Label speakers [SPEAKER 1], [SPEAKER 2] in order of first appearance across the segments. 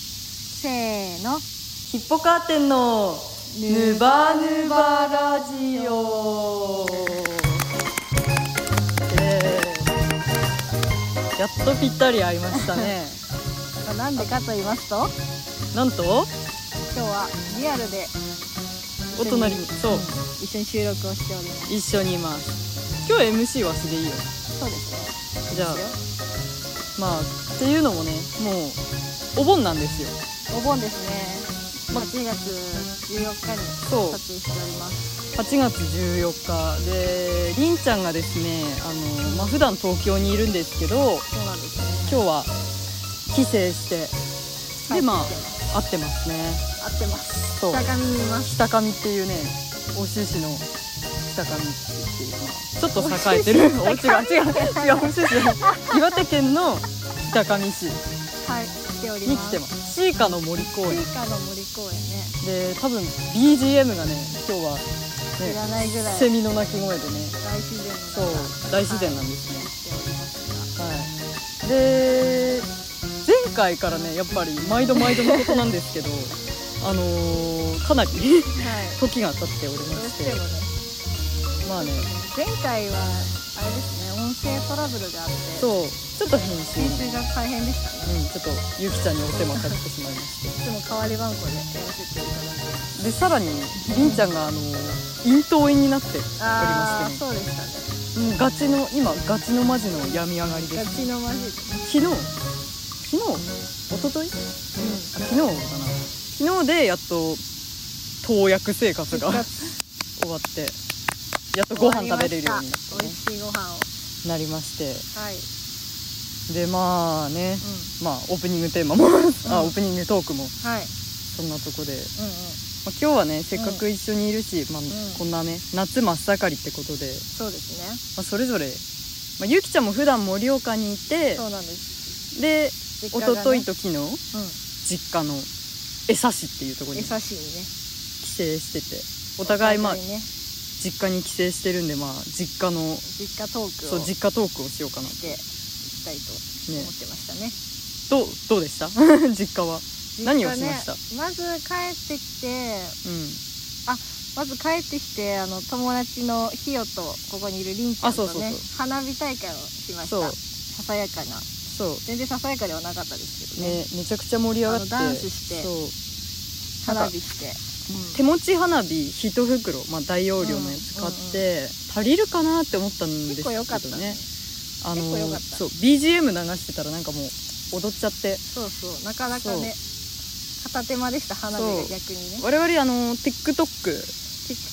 [SPEAKER 1] せーの
[SPEAKER 2] ヒッポカーテンの
[SPEAKER 1] ぬ
[SPEAKER 2] ぬばぬばラジオ、えーやっとぴったり合いましたね
[SPEAKER 1] まあなんでかと言いますと
[SPEAKER 2] なんと
[SPEAKER 1] 今日はリアルで
[SPEAKER 2] お隣にそう
[SPEAKER 1] 一緒に収録をしております
[SPEAKER 2] 一緒にいます今日 MC は素でいいよ
[SPEAKER 1] そうです
[SPEAKER 2] じゃあ
[SPEAKER 1] ね
[SPEAKER 2] まあっていうのもねもうお盆なんですよ
[SPEAKER 1] お盆ですね
[SPEAKER 2] ま
[SPEAKER 1] 8月14日に
[SPEAKER 2] そう
[SPEAKER 1] 撮影しております
[SPEAKER 2] 8月14日でりんちゃんがですねあの、まあ、普段東京にいるんですけど
[SPEAKER 1] そうなんですね
[SPEAKER 2] 今日は帰省して
[SPEAKER 1] 帰ってきて
[SPEAKER 2] でまあ合ってますね
[SPEAKER 1] 合ってます
[SPEAKER 2] そう
[SPEAKER 1] 北上にいます
[SPEAKER 2] 北上っていうね奥州市の北上っていう、まあ、ちょっと栄えてるお違う違う違う奥州市じゃない岩手県の北上市
[SPEAKER 1] はい来ており
[SPEAKER 2] に
[SPEAKER 1] ま
[SPEAKER 2] 来
[SPEAKER 1] す
[SPEAKER 2] てますシーカの森公園
[SPEAKER 1] スイカの森公園ね
[SPEAKER 2] で多分 BGM がね今日はね
[SPEAKER 1] いらないぐらい
[SPEAKER 2] セミの鳴き声でね
[SPEAKER 1] 大自然の中
[SPEAKER 2] そう大自然なんですね、
[SPEAKER 1] 来ております
[SPEAKER 2] はい、で前回からねやっぱり毎度毎度のことなんですけどあのーかなり
[SPEAKER 1] がはい
[SPEAKER 2] 時が経っておりま
[SPEAKER 1] どう
[SPEAKER 2] し
[SPEAKER 1] しても
[SPEAKER 2] て
[SPEAKER 1] ね
[SPEAKER 2] まあね
[SPEAKER 1] 前回はあれですね音声トラブルがあって
[SPEAKER 2] そうちょっと編集
[SPEAKER 1] 編
[SPEAKER 2] に、
[SPEAKER 1] 集が大変でしたね
[SPEAKER 2] うん、ちょっとゆきちゃんにお手間かけてしまいまし
[SPEAKER 1] いつも代わり番号でやらせていただいて
[SPEAKER 2] てでさらにりんちゃんがあの咽頭炎になっており
[SPEAKER 1] あ
[SPEAKER 2] ま
[SPEAKER 1] あ
[SPEAKER 2] して
[SPEAKER 1] そうでした
[SPEAKER 2] ねもうガチの今ガチのマジの病み上がりで
[SPEAKER 1] ねガ
[SPEAKER 2] す
[SPEAKER 1] チのマジで、
[SPEAKER 2] 昨日昨日一昨日あ昨日かな昨日でやっと投薬生活が終わってやっとご飯食べれるようになって
[SPEAKER 1] 美味
[SPEAKER 2] ね
[SPEAKER 1] しいご飯を
[SPEAKER 2] なりまして
[SPEAKER 1] はい、う
[SPEAKER 2] でまあね
[SPEAKER 1] ん、
[SPEAKER 2] まあオープニングテーマもあオープニングトークも
[SPEAKER 1] はい
[SPEAKER 2] そんなとこ
[SPEAKER 1] うんうん
[SPEAKER 2] で、まあ、今日はねせっかく一緒にいるし、まあ
[SPEAKER 1] ん
[SPEAKER 2] こんなね夏真っ盛りってことで、
[SPEAKER 1] そうですね
[SPEAKER 2] まあ、それぞれ、まあ、ゆきちゃんも普段盛岡にいて
[SPEAKER 1] そうなんです
[SPEAKER 2] で
[SPEAKER 1] 実
[SPEAKER 2] 一
[SPEAKER 1] 家がね
[SPEAKER 2] 昨日と昨日
[SPEAKER 1] う
[SPEAKER 2] 実家の江差市っていうとこ
[SPEAKER 1] ん
[SPEAKER 2] ろ
[SPEAKER 1] 優
[SPEAKER 2] に帰省
[SPEAKER 1] しいね
[SPEAKER 2] しててお互いまあ
[SPEAKER 1] おね
[SPEAKER 2] 実家に帰省してるんでまあ実家の
[SPEAKER 1] 実家トーク
[SPEAKER 2] そ
[SPEAKER 1] を
[SPEAKER 2] う
[SPEAKER 1] し
[SPEAKER 2] 実家トークをしようかなね
[SPEAKER 1] ていきたいと思ってましたね
[SPEAKER 2] どうどうでした 実家は何をしました
[SPEAKER 1] 実家ねまず帰ってきて
[SPEAKER 2] うん
[SPEAKER 1] まず帰ってきてあの友達のひよとここにいるりんちゃんと
[SPEAKER 2] あそうそう
[SPEAKER 1] ね
[SPEAKER 2] そう
[SPEAKER 1] 花火大会をしまし
[SPEAKER 2] そう
[SPEAKER 1] たささやかな
[SPEAKER 2] そう
[SPEAKER 1] 全然ささやかではなかったですけどね
[SPEAKER 2] ねめちゃくちゃ盛り上がって
[SPEAKER 1] あのダンスして
[SPEAKER 2] そう
[SPEAKER 1] 花火して、
[SPEAKER 2] 手持ち花火一袋まあ大容量のやつ買って、足りるかなって思ったんで
[SPEAKER 1] 結
[SPEAKER 2] すけど
[SPEAKER 1] 構
[SPEAKER 2] ね
[SPEAKER 1] 良かったね
[SPEAKER 2] あの
[SPEAKER 1] 結構良かった
[SPEAKER 2] そう BGM 流してたらなんかもう踊っちゃって
[SPEAKER 1] そうそうなかなかね片手間でした花火が逆にね
[SPEAKER 2] 我々あの TikTok
[SPEAKER 1] TikTok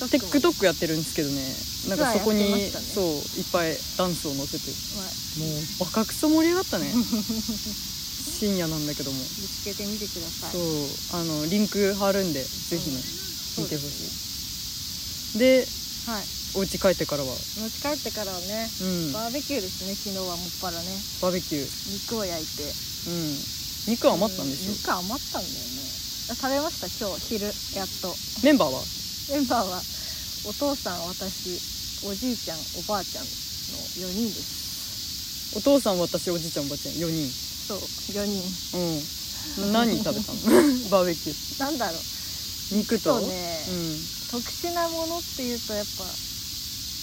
[SPEAKER 1] も
[SPEAKER 2] TikTok やってるんですけどねなんかそこ
[SPEAKER 1] 実は
[SPEAKER 2] に、
[SPEAKER 1] やってました
[SPEAKER 2] そういっぱいダンスを載せて
[SPEAKER 1] まあ
[SPEAKER 2] もうバカクソ盛り上が ったね深夜なんだけども
[SPEAKER 1] 見つけてみてください
[SPEAKER 2] そう
[SPEAKER 1] う
[SPEAKER 2] あのリンク貼るんでぜひね
[SPEAKER 1] ん
[SPEAKER 2] 見てほ
[SPEAKER 1] そうで
[SPEAKER 2] しいで
[SPEAKER 1] すねはい
[SPEAKER 2] お家帰ってからは
[SPEAKER 1] 持ち帰ってからはね
[SPEAKER 2] うんバ
[SPEAKER 1] バーベキューですね昨日はもっぱらね
[SPEAKER 2] ーベキュー
[SPEAKER 1] 肉を焼いて
[SPEAKER 2] うん肉余ったんでしょ
[SPEAKER 1] う肉余ったんだよね食べました今日昼やっと
[SPEAKER 2] メンバーは
[SPEAKER 1] メンバーはお父さん私おじいちゃんおばあちゃんの4人です
[SPEAKER 2] お父さん私おじいちゃんおばあちゃん4人
[SPEAKER 1] そう4人
[SPEAKER 2] うん何食べた のバーベキュー
[SPEAKER 1] なんだろう
[SPEAKER 2] 肉
[SPEAKER 1] そ
[SPEAKER 2] と
[SPEAKER 1] うね、
[SPEAKER 2] うん
[SPEAKER 1] 特殊なものっていうとやっぱ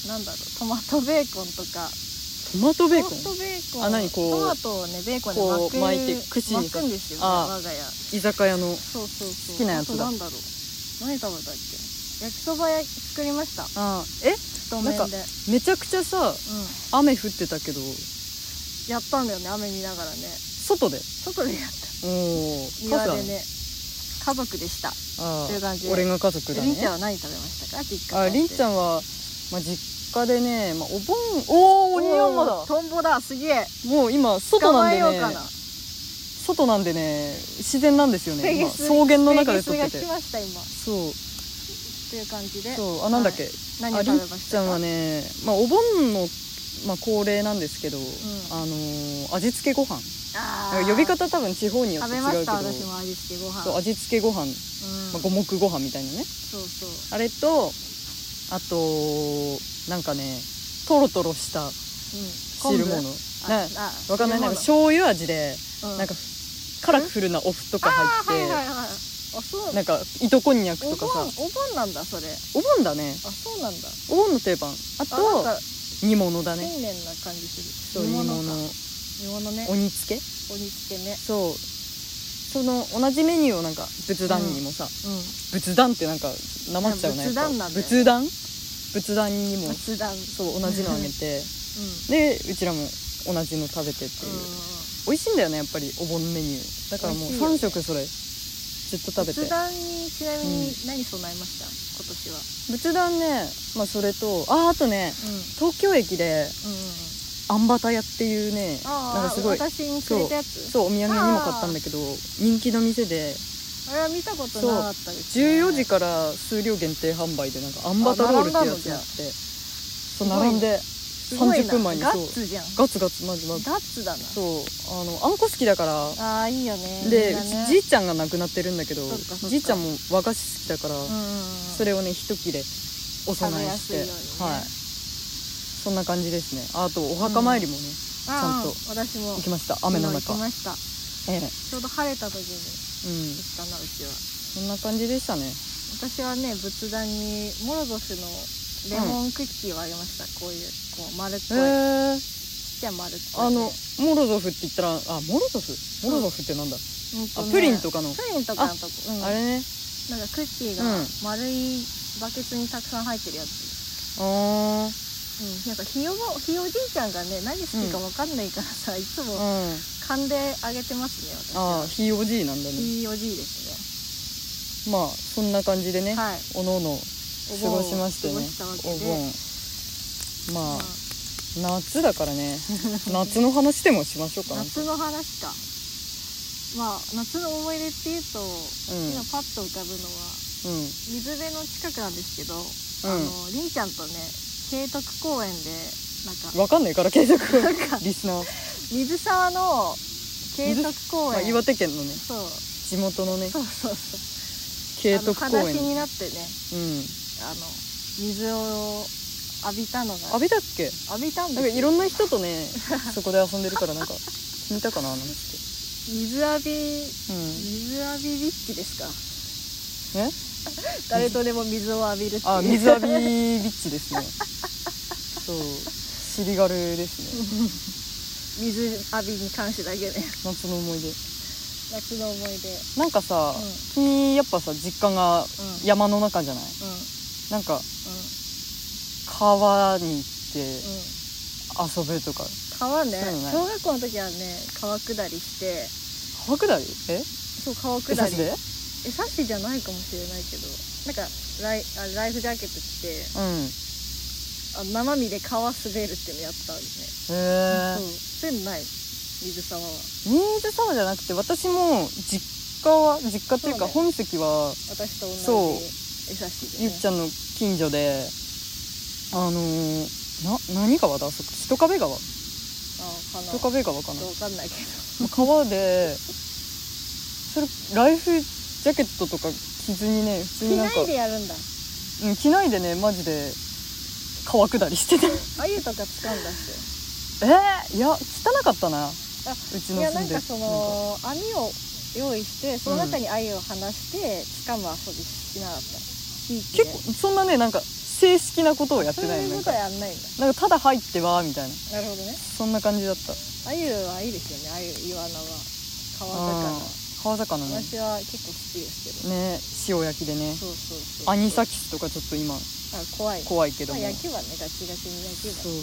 [SPEAKER 1] なんだろうトマトベーコンとか
[SPEAKER 2] トマトベーコ
[SPEAKER 1] トマト
[SPEAKER 2] ン
[SPEAKER 1] ベーコン
[SPEAKER 2] あ何こう
[SPEAKER 1] トマトをねベーコンで
[SPEAKER 2] こ
[SPEAKER 1] 巻
[SPEAKER 2] う
[SPEAKER 1] く
[SPEAKER 2] 巻いて串に
[SPEAKER 1] 巻くんですよね
[SPEAKER 2] ああ
[SPEAKER 1] 我が家
[SPEAKER 2] 居酒屋の
[SPEAKER 1] そうそうそう
[SPEAKER 2] 好きなやつだ
[SPEAKER 1] あとなんだろう何食べたっけ焼きそばや作りました
[SPEAKER 2] あーえ
[SPEAKER 1] 太麺で
[SPEAKER 2] な
[SPEAKER 1] う
[SPEAKER 2] ん
[SPEAKER 1] ん
[SPEAKER 2] めちゃくちゃさ雨降ってたけど
[SPEAKER 1] やったんだよね雨見ながらね
[SPEAKER 2] 外で
[SPEAKER 1] 外でやった
[SPEAKER 2] おおパス
[SPEAKER 1] 庭
[SPEAKER 2] だ
[SPEAKER 1] で
[SPEAKER 2] ね
[SPEAKER 1] ね家族でした
[SPEAKER 2] あ
[SPEAKER 1] という感じ
[SPEAKER 2] あ
[SPEAKER 1] で
[SPEAKER 2] 俺が家族だね
[SPEAKER 1] りんちゃんは何食べましたか実家
[SPEAKER 2] ありんちゃ
[SPEAKER 1] ん
[SPEAKER 2] んは、まあ、実家でね、まあ、お盆おお鬼山だ
[SPEAKER 1] トンボだすげえ
[SPEAKER 2] もう今外
[SPEAKER 1] 捕
[SPEAKER 2] な
[SPEAKER 1] まえよ
[SPEAKER 2] ん
[SPEAKER 1] う
[SPEAKER 2] で
[SPEAKER 1] か
[SPEAKER 2] ね
[SPEAKER 1] な
[SPEAKER 2] 外なんでね自然なんですよね今
[SPEAKER 1] ペギス
[SPEAKER 2] 草原の中で撮っ
[SPEAKER 1] ペ
[SPEAKER 2] て
[SPEAKER 1] ギスが
[SPEAKER 2] て
[SPEAKER 1] 来ました今
[SPEAKER 2] そう
[SPEAKER 1] という感じで
[SPEAKER 2] そうあなんだっけ、
[SPEAKER 1] はい何を
[SPEAKER 2] あり
[SPEAKER 1] 食
[SPEAKER 2] ん
[SPEAKER 1] べましたか
[SPEAKER 2] ちゃんはね、まあ、お盆の、まあ、恒例なんですけど、あのー味付けご飯
[SPEAKER 1] あ
[SPEAKER 2] なん
[SPEAKER 1] ー
[SPEAKER 2] か呼び方多分地方によっ
[SPEAKER 1] 食
[SPEAKER 2] て違
[SPEAKER 1] べ
[SPEAKER 2] う
[SPEAKER 1] ま
[SPEAKER 2] け
[SPEAKER 1] し
[SPEAKER 2] ど
[SPEAKER 1] た私も味付けご飯
[SPEAKER 2] そう味付けご
[SPEAKER 1] う
[SPEAKER 2] 飯、
[SPEAKER 1] ん
[SPEAKER 2] まあ、五目ご飯みたいなね
[SPEAKER 1] そうそう
[SPEAKER 2] あれとあとなんかねトロトロした
[SPEAKER 1] うん
[SPEAKER 2] 汁
[SPEAKER 1] 昆
[SPEAKER 2] 物
[SPEAKER 1] 布
[SPEAKER 2] ね
[SPEAKER 1] ああ
[SPEAKER 2] わかんないなんか
[SPEAKER 1] 汁
[SPEAKER 2] 醤油味で
[SPEAKER 1] 物うん
[SPEAKER 2] なんかカラフルなお麩とか
[SPEAKER 1] あー
[SPEAKER 2] 入って、
[SPEAKER 1] はいはいはいあそう
[SPEAKER 2] なんか糸こんにゃく
[SPEAKER 1] お
[SPEAKER 2] とか
[SPEAKER 1] 盆
[SPEAKER 2] さ
[SPEAKER 1] お盆なんだそれ
[SPEAKER 2] お盆だね
[SPEAKER 1] あそうなんだ
[SPEAKER 2] お盆の定番あ
[SPEAKER 1] あなん
[SPEAKER 2] と
[SPEAKER 1] か
[SPEAKER 2] 煮物だね
[SPEAKER 1] 新年な感じす
[SPEAKER 2] そう
[SPEAKER 1] る
[SPEAKER 2] 煮物
[SPEAKER 1] か煮物ね
[SPEAKER 2] 鬼つけ
[SPEAKER 1] お煮つけね
[SPEAKER 2] そうその同じメニューをなんか仏壇にもさ、
[SPEAKER 1] うん
[SPEAKER 2] 仏壇ってなんかなまっちゃうね
[SPEAKER 1] いや仏壇なんだよね
[SPEAKER 2] 仏壇仏壇にも
[SPEAKER 1] 仏壇
[SPEAKER 2] そう同じのあげて
[SPEAKER 1] うんうん
[SPEAKER 2] でうちらも同じの食べてっていう、美味しいんだよねやっぱりお盆メニューだからもう
[SPEAKER 1] 美味しいよね
[SPEAKER 2] 3食それずっと食べて
[SPEAKER 1] 仏
[SPEAKER 2] 仏壇
[SPEAKER 1] 壇にちなみに何備えました今年は
[SPEAKER 2] ねまあそれとああとね東京駅で
[SPEAKER 1] うんうんうん
[SPEAKER 2] あんバタ屋っていうね
[SPEAKER 1] あ
[SPEAKER 2] なん
[SPEAKER 1] あ
[SPEAKER 2] かすごい
[SPEAKER 1] 私にくれたやつ
[SPEAKER 2] そうお土産にも買ったんだけど人気の店で
[SPEAKER 1] あれは見たことなかったです、ね、
[SPEAKER 2] 14時から数量限定販売でなんかあんバタロールってやつがあってそう
[SPEAKER 1] 並んだのじゃあ
[SPEAKER 2] 並んです
[SPEAKER 1] ごいな
[SPEAKER 2] 30分前にそう
[SPEAKER 1] ガッツじゃん
[SPEAKER 2] ガツガツマジマジ
[SPEAKER 1] ガッツだな
[SPEAKER 2] そうあのあんこ好きだから
[SPEAKER 1] ああいいよね
[SPEAKER 2] で、
[SPEAKER 1] みんな
[SPEAKER 2] う
[SPEAKER 1] ね
[SPEAKER 2] ちじいちゃんが亡くなってるんだけど
[SPEAKER 1] そっかそっか
[SPEAKER 2] じいちゃんも和菓子好きだか
[SPEAKER 1] う
[SPEAKER 2] ら、
[SPEAKER 1] んうんうん
[SPEAKER 2] それをね一切れお供えし
[SPEAKER 1] 食べ
[SPEAKER 2] て
[SPEAKER 1] やすいようにね
[SPEAKER 2] はいそんな感じですねあとお墓参りもね、
[SPEAKER 1] ああ
[SPEAKER 2] ちゃんと
[SPEAKER 1] 私も
[SPEAKER 2] 行きました雨の中
[SPEAKER 1] 昨日行きました
[SPEAKER 2] ええ
[SPEAKER 1] ちょうど晴れた時に
[SPEAKER 2] うん
[SPEAKER 1] 行ったなうちは
[SPEAKER 2] そんな感じでしたね
[SPEAKER 1] 私はね仏壇にモロゾフのレモンクッキーをあげました、こういうこう丸っ
[SPEAKER 2] へ
[SPEAKER 1] こい、
[SPEAKER 2] え
[SPEAKER 1] ちっちゃい丸っこい
[SPEAKER 2] あのモロゾフって言ったらあモロゾフモロゾフってなんだ、あプリンと
[SPEAKER 1] か
[SPEAKER 2] かの、
[SPEAKER 1] プリンとかのとこうん
[SPEAKER 2] あれね
[SPEAKER 1] なんかクッキーが
[SPEAKER 2] うん
[SPEAKER 1] 丸いバケツにたくさん入ってるやつ、
[SPEAKER 2] あ
[SPEAKER 1] うん、なんかひいおばひいおじいちゃんがね何好きかわかんないからさ、いつ
[SPEAKER 2] あう
[SPEAKER 1] も
[SPEAKER 2] ん
[SPEAKER 1] 噛んであげてますね私
[SPEAKER 2] あ
[SPEAKER 1] は
[SPEAKER 2] あひいおじいなんだね
[SPEAKER 1] いいおじいです
[SPEAKER 2] まあそんな感じで
[SPEAKER 1] ね
[SPEAKER 2] ね、
[SPEAKER 1] はい
[SPEAKER 2] おのおの
[SPEAKER 1] お
[SPEAKER 2] 過
[SPEAKER 1] 盆を
[SPEAKER 2] ごしましてね
[SPEAKER 1] 過ごしたわけで
[SPEAKER 2] お盆まあ
[SPEAKER 1] まあ
[SPEAKER 2] 夏だか らね夏の話でもしましょうかな
[SPEAKER 1] 夏の話かまあ夏の思い出っていうと、
[SPEAKER 2] うん
[SPEAKER 1] 今パッと浮かぶのは
[SPEAKER 2] うん
[SPEAKER 1] 水辺の近くなんですけど、
[SPEAKER 2] うん
[SPEAKER 1] あのりんちゃんとね慶徳公園でなんか
[SPEAKER 2] わかんないから継続
[SPEAKER 1] なんか
[SPEAKER 2] リスナー、
[SPEAKER 1] 水沢の慶徳公
[SPEAKER 2] まあ、
[SPEAKER 1] 園、
[SPEAKER 2] 岩手県のね
[SPEAKER 1] そう
[SPEAKER 2] 地元のね
[SPEAKER 1] そうそうそう
[SPEAKER 2] 慶徳公
[SPEAKER 1] あの裸足
[SPEAKER 2] 園
[SPEAKER 1] になってね
[SPEAKER 2] うん
[SPEAKER 1] あの水を浴びたのが
[SPEAKER 2] 浴びたっけ
[SPEAKER 1] 浴びたん
[SPEAKER 2] な
[SPEAKER 1] です
[SPEAKER 2] んか
[SPEAKER 1] よ
[SPEAKER 2] いろんな人とねそこで遊んでるからなんか聞いたかななんて
[SPEAKER 1] 水浴び
[SPEAKER 2] うん
[SPEAKER 1] 水浴びビッチですか
[SPEAKER 2] え
[SPEAKER 1] 誰とでも水を浴びるっていう
[SPEAKER 2] あ水 浴びビッチですねそうシリガル ですね
[SPEAKER 1] 水浴びに関してだけで
[SPEAKER 2] 夏の思い出
[SPEAKER 1] 夏の思い出
[SPEAKER 2] なんかさ、
[SPEAKER 1] うん
[SPEAKER 2] 君やっぱさ実家が
[SPEAKER 1] うん
[SPEAKER 2] 山の中じゃない
[SPEAKER 1] うんうん
[SPEAKER 2] なんか川に行って
[SPEAKER 1] うん
[SPEAKER 2] 遊ぶとか
[SPEAKER 1] 川ね
[SPEAKER 2] そうね
[SPEAKER 1] 小学校の時はね川下りして
[SPEAKER 2] 川下りえ
[SPEAKER 1] そう川下
[SPEAKER 2] え
[SPEAKER 1] り
[SPEAKER 2] サシで
[SPEAKER 1] えサッシじゃないかもしれないけどなんかライあライフジャケット着て
[SPEAKER 2] うんへ
[SPEAKER 1] あ生身で川滑るっていうのやったんですね、
[SPEAKER 2] え
[SPEAKER 1] そうそういうのない水沢は
[SPEAKER 2] 水沢じゃなくて私も実家は実家っていうか
[SPEAKER 1] そう
[SPEAKER 2] 本籍は
[SPEAKER 1] 私と同じ
[SPEAKER 2] そう
[SPEAKER 1] えサッシで、ね、
[SPEAKER 2] ゆっちゃんの近所であのー、な何川だあそこ人壁川
[SPEAKER 1] あかな
[SPEAKER 2] 人壁川かな
[SPEAKER 1] ちょっとわかんないけど
[SPEAKER 2] まあ川でそれライフジャケットとか着ずにね普通に
[SPEAKER 1] 着
[SPEAKER 2] なんか
[SPEAKER 1] ないでやるんだ
[SPEAKER 2] うん、着ないでねマジで川下りして た
[SPEAKER 1] あゆとか掴んだし
[SPEAKER 2] えー、いや汚かったなうち
[SPEAKER 1] い
[SPEAKER 2] の
[SPEAKER 1] や
[SPEAKER 2] 住
[SPEAKER 1] なん
[SPEAKER 2] んで
[SPEAKER 1] か
[SPEAKER 2] る
[SPEAKER 1] その網を用意してその中にあゆを離して掴む遊びしなかった結
[SPEAKER 2] 結構そんなねなんか正式なことをやってない
[SPEAKER 1] そういう
[SPEAKER 2] なん
[SPEAKER 1] ことは
[SPEAKER 2] か
[SPEAKER 1] やんないんだ
[SPEAKER 2] なんかただ入ってわーみたいな
[SPEAKER 1] なるほどね
[SPEAKER 2] そんな感じだった
[SPEAKER 1] あゆはいいですよねあゆイワナは川魚
[SPEAKER 2] あー川魚ね
[SPEAKER 1] 私は結構好きですけど
[SPEAKER 2] ね塩焼きでね
[SPEAKER 1] そうそうそう
[SPEAKER 2] アニサキスとかちょっと今
[SPEAKER 1] あ怖い
[SPEAKER 2] 怖いけど
[SPEAKER 1] まあ
[SPEAKER 2] も、
[SPEAKER 1] 焼けばねガチガチに焼け
[SPEAKER 2] そ
[SPEAKER 1] ば
[SPEAKER 2] う
[SPEAKER 1] い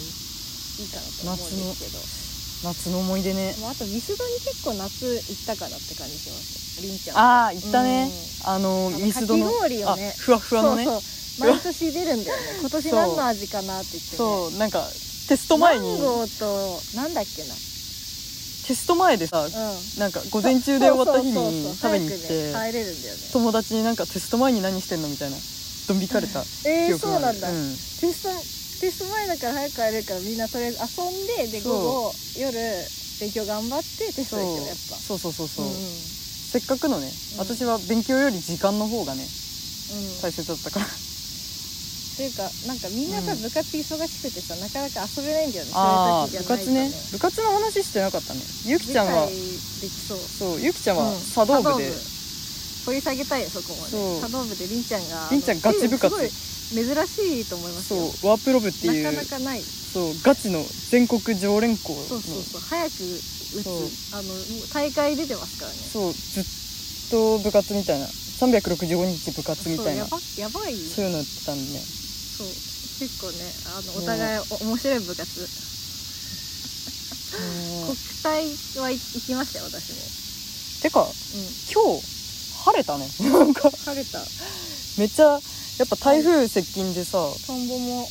[SPEAKER 1] いかなと思うんです
[SPEAKER 2] 夏の思い出ね
[SPEAKER 1] けど、まあ、あとミスドに結構夏行ったかなって感じしますりんちゃん
[SPEAKER 2] ああ行ったね
[SPEAKER 1] うん
[SPEAKER 2] あの
[SPEAKER 1] あの
[SPEAKER 2] ミスドの
[SPEAKER 1] かき氷をね
[SPEAKER 2] あふわふわのね
[SPEAKER 1] そうそう毎年出るんだよね今 年何の味かなって言って、ね、
[SPEAKER 2] そうなんかテスト前
[SPEAKER 1] マ
[SPEAKER 2] に
[SPEAKER 1] ンゴーとなんだっけな
[SPEAKER 2] テスト前でさ
[SPEAKER 1] うん
[SPEAKER 2] なんか午前中で終わった日
[SPEAKER 1] そうそうそう
[SPEAKER 2] に
[SPEAKER 1] そ
[SPEAKER 2] 食
[SPEAKER 1] う
[SPEAKER 2] べに行っ
[SPEAKER 1] 早
[SPEAKER 2] て
[SPEAKER 1] くね帰れるんだよね
[SPEAKER 2] 友達になんかテスト前に何してんのみたいなどんびかれた
[SPEAKER 1] え
[SPEAKER 2] 記
[SPEAKER 1] ー、
[SPEAKER 2] 憶
[SPEAKER 1] そう
[SPEAKER 2] が
[SPEAKER 1] な
[SPEAKER 2] あ
[SPEAKER 1] ん
[SPEAKER 2] る
[SPEAKER 1] だ、
[SPEAKER 2] うん
[SPEAKER 1] テストテスト前だから早く帰れるからみんなとりあえず遊んでで
[SPEAKER 2] そう
[SPEAKER 1] 午後夜勉強頑張ってテスト
[SPEAKER 2] そう
[SPEAKER 1] でしょやっぱ
[SPEAKER 2] そうそうそうそう
[SPEAKER 1] うんうん
[SPEAKER 2] せっかくのね
[SPEAKER 1] うん
[SPEAKER 2] 私は勉強より時間の方がね
[SPEAKER 1] うん
[SPEAKER 2] 大切だったから
[SPEAKER 1] というかなんかみんなさ
[SPEAKER 2] うん
[SPEAKER 1] 部活忙しくてさなかなか遊べないんだよね
[SPEAKER 2] ああ
[SPEAKER 1] そうい
[SPEAKER 2] 部
[SPEAKER 1] う時じゃない
[SPEAKER 2] 活
[SPEAKER 1] と
[SPEAKER 2] ね部活の話してなかったねゆきちゃん
[SPEAKER 1] 理
[SPEAKER 2] は
[SPEAKER 1] 解できそう
[SPEAKER 2] そうゆきちゃんは
[SPEAKER 1] うん
[SPEAKER 2] 茶道部で、
[SPEAKER 1] 掘り下げたいよそこま
[SPEAKER 2] そう
[SPEAKER 1] で茶道部でりんちゃんが
[SPEAKER 2] りんちゃんガチ部活
[SPEAKER 1] あのすごい珍しいと思います
[SPEAKER 2] そう
[SPEAKER 1] よ
[SPEAKER 2] ワープロ部っていう
[SPEAKER 1] なかなかない
[SPEAKER 2] そうガチの全国常連校の
[SPEAKER 1] そうそうそう早く打
[SPEAKER 2] そう
[SPEAKER 1] つあのもう大会出てますからね
[SPEAKER 2] そうずっと部活みたいな365日部活みたいな
[SPEAKER 1] そうやばやばい
[SPEAKER 2] そういうのやってたんでね
[SPEAKER 1] そう結構ねあのお互いお面白い部活
[SPEAKER 2] うん
[SPEAKER 1] 国体は行きましたよ私も
[SPEAKER 2] てか
[SPEAKER 1] うん
[SPEAKER 2] 今日晴れたね なんか
[SPEAKER 1] 晴れた
[SPEAKER 2] めっちゃやっぱ台風接近でさ
[SPEAKER 1] トンボも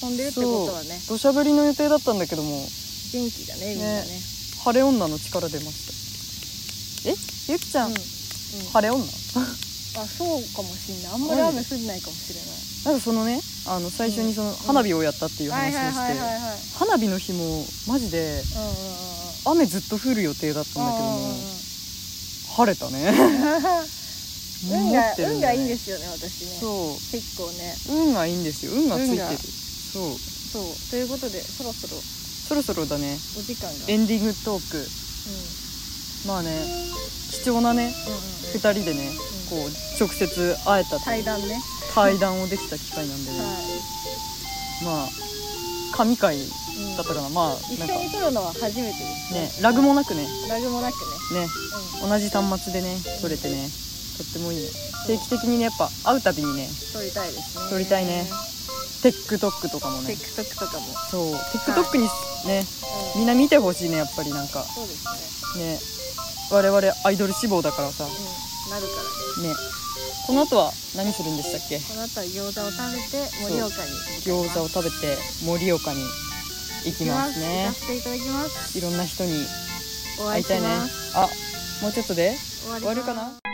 [SPEAKER 1] 飛んでるってことはね
[SPEAKER 2] 土砂降りの予定だったんだけども
[SPEAKER 1] 元気だねみんなね
[SPEAKER 2] 晴れ女の力出ましたえゆきちゃ
[SPEAKER 1] う
[SPEAKER 2] ん、
[SPEAKER 1] んうん
[SPEAKER 2] 晴れ女
[SPEAKER 1] あそうかもしんないあんまり雨降んないかもしれない
[SPEAKER 2] なんかそのねあの最初にその花火をやったっていう
[SPEAKER 1] は
[SPEAKER 2] 話を
[SPEAKER 1] いはいはいはい
[SPEAKER 2] して
[SPEAKER 1] はい
[SPEAKER 2] 花火の日もマジで
[SPEAKER 1] うんうんうんうん
[SPEAKER 2] 雨ずっと降る予定だったんだけど
[SPEAKER 1] うんうん
[SPEAKER 2] も
[SPEAKER 1] うん
[SPEAKER 2] 晴れたね
[SPEAKER 1] 運
[SPEAKER 2] 持
[SPEAKER 1] が
[SPEAKER 2] ってる
[SPEAKER 1] 運
[SPEAKER 2] ね
[SPEAKER 1] がいいんですよね私ね
[SPEAKER 2] そ
[SPEAKER 1] 結構ね
[SPEAKER 2] う運がいいんですよ運がついて
[SPEAKER 1] 運
[SPEAKER 2] る
[SPEAKER 1] が
[SPEAKER 2] そう
[SPEAKER 1] そうということでそろそろ
[SPEAKER 2] そろそろだね
[SPEAKER 1] お時間が
[SPEAKER 2] エンディングトーク
[SPEAKER 1] う
[SPEAKER 2] まあね貴重なね
[SPEAKER 1] んうん
[SPEAKER 2] 2人でねこう直接会えたとい
[SPEAKER 1] 対
[SPEAKER 2] う
[SPEAKER 1] 談ね
[SPEAKER 2] 対談をできた機会なんで、
[SPEAKER 1] は
[SPEAKER 2] まあ神回だ
[SPEAKER 1] い、うん
[SPEAKER 2] ったかなまあ
[SPEAKER 1] 一
[SPEAKER 2] なん
[SPEAKER 1] 緒
[SPEAKER 2] か
[SPEAKER 1] に撮るのは初めてです
[SPEAKER 2] ねラグもなくね
[SPEAKER 1] ラグもなくね
[SPEAKER 2] ね
[SPEAKER 1] うん
[SPEAKER 2] 同じ端末でね撮れてねとってもいいね定期的にねやっぱ会うたびにね
[SPEAKER 1] 撮りたいですね
[SPEAKER 2] 撮りたいね TikTok とかもね
[SPEAKER 1] TikTok とかも、うん、
[SPEAKER 2] そう TikTok にねみんな見てほしいねやっぱりなんか
[SPEAKER 1] そうですね
[SPEAKER 2] ね我々アイドル志望だからさね
[SPEAKER 1] うんなるからね
[SPEAKER 2] この後は何するんでしたっけ
[SPEAKER 1] この後は餃子を食べて盛岡に
[SPEAKER 2] 餃子を食べて盛岡に行きます
[SPEAKER 1] 行
[SPEAKER 2] ね
[SPEAKER 1] かせていただきます
[SPEAKER 2] いろんな人に
[SPEAKER 1] お会
[SPEAKER 2] 会
[SPEAKER 1] い
[SPEAKER 2] いた
[SPEAKER 1] し
[SPEAKER 2] いね
[SPEAKER 1] ます
[SPEAKER 2] あもうちょっとで
[SPEAKER 1] 終
[SPEAKER 2] 終わる
[SPEAKER 1] ま
[SPEAKER 2] か
[SPEAKER 1] す
[SPEAKER 2] な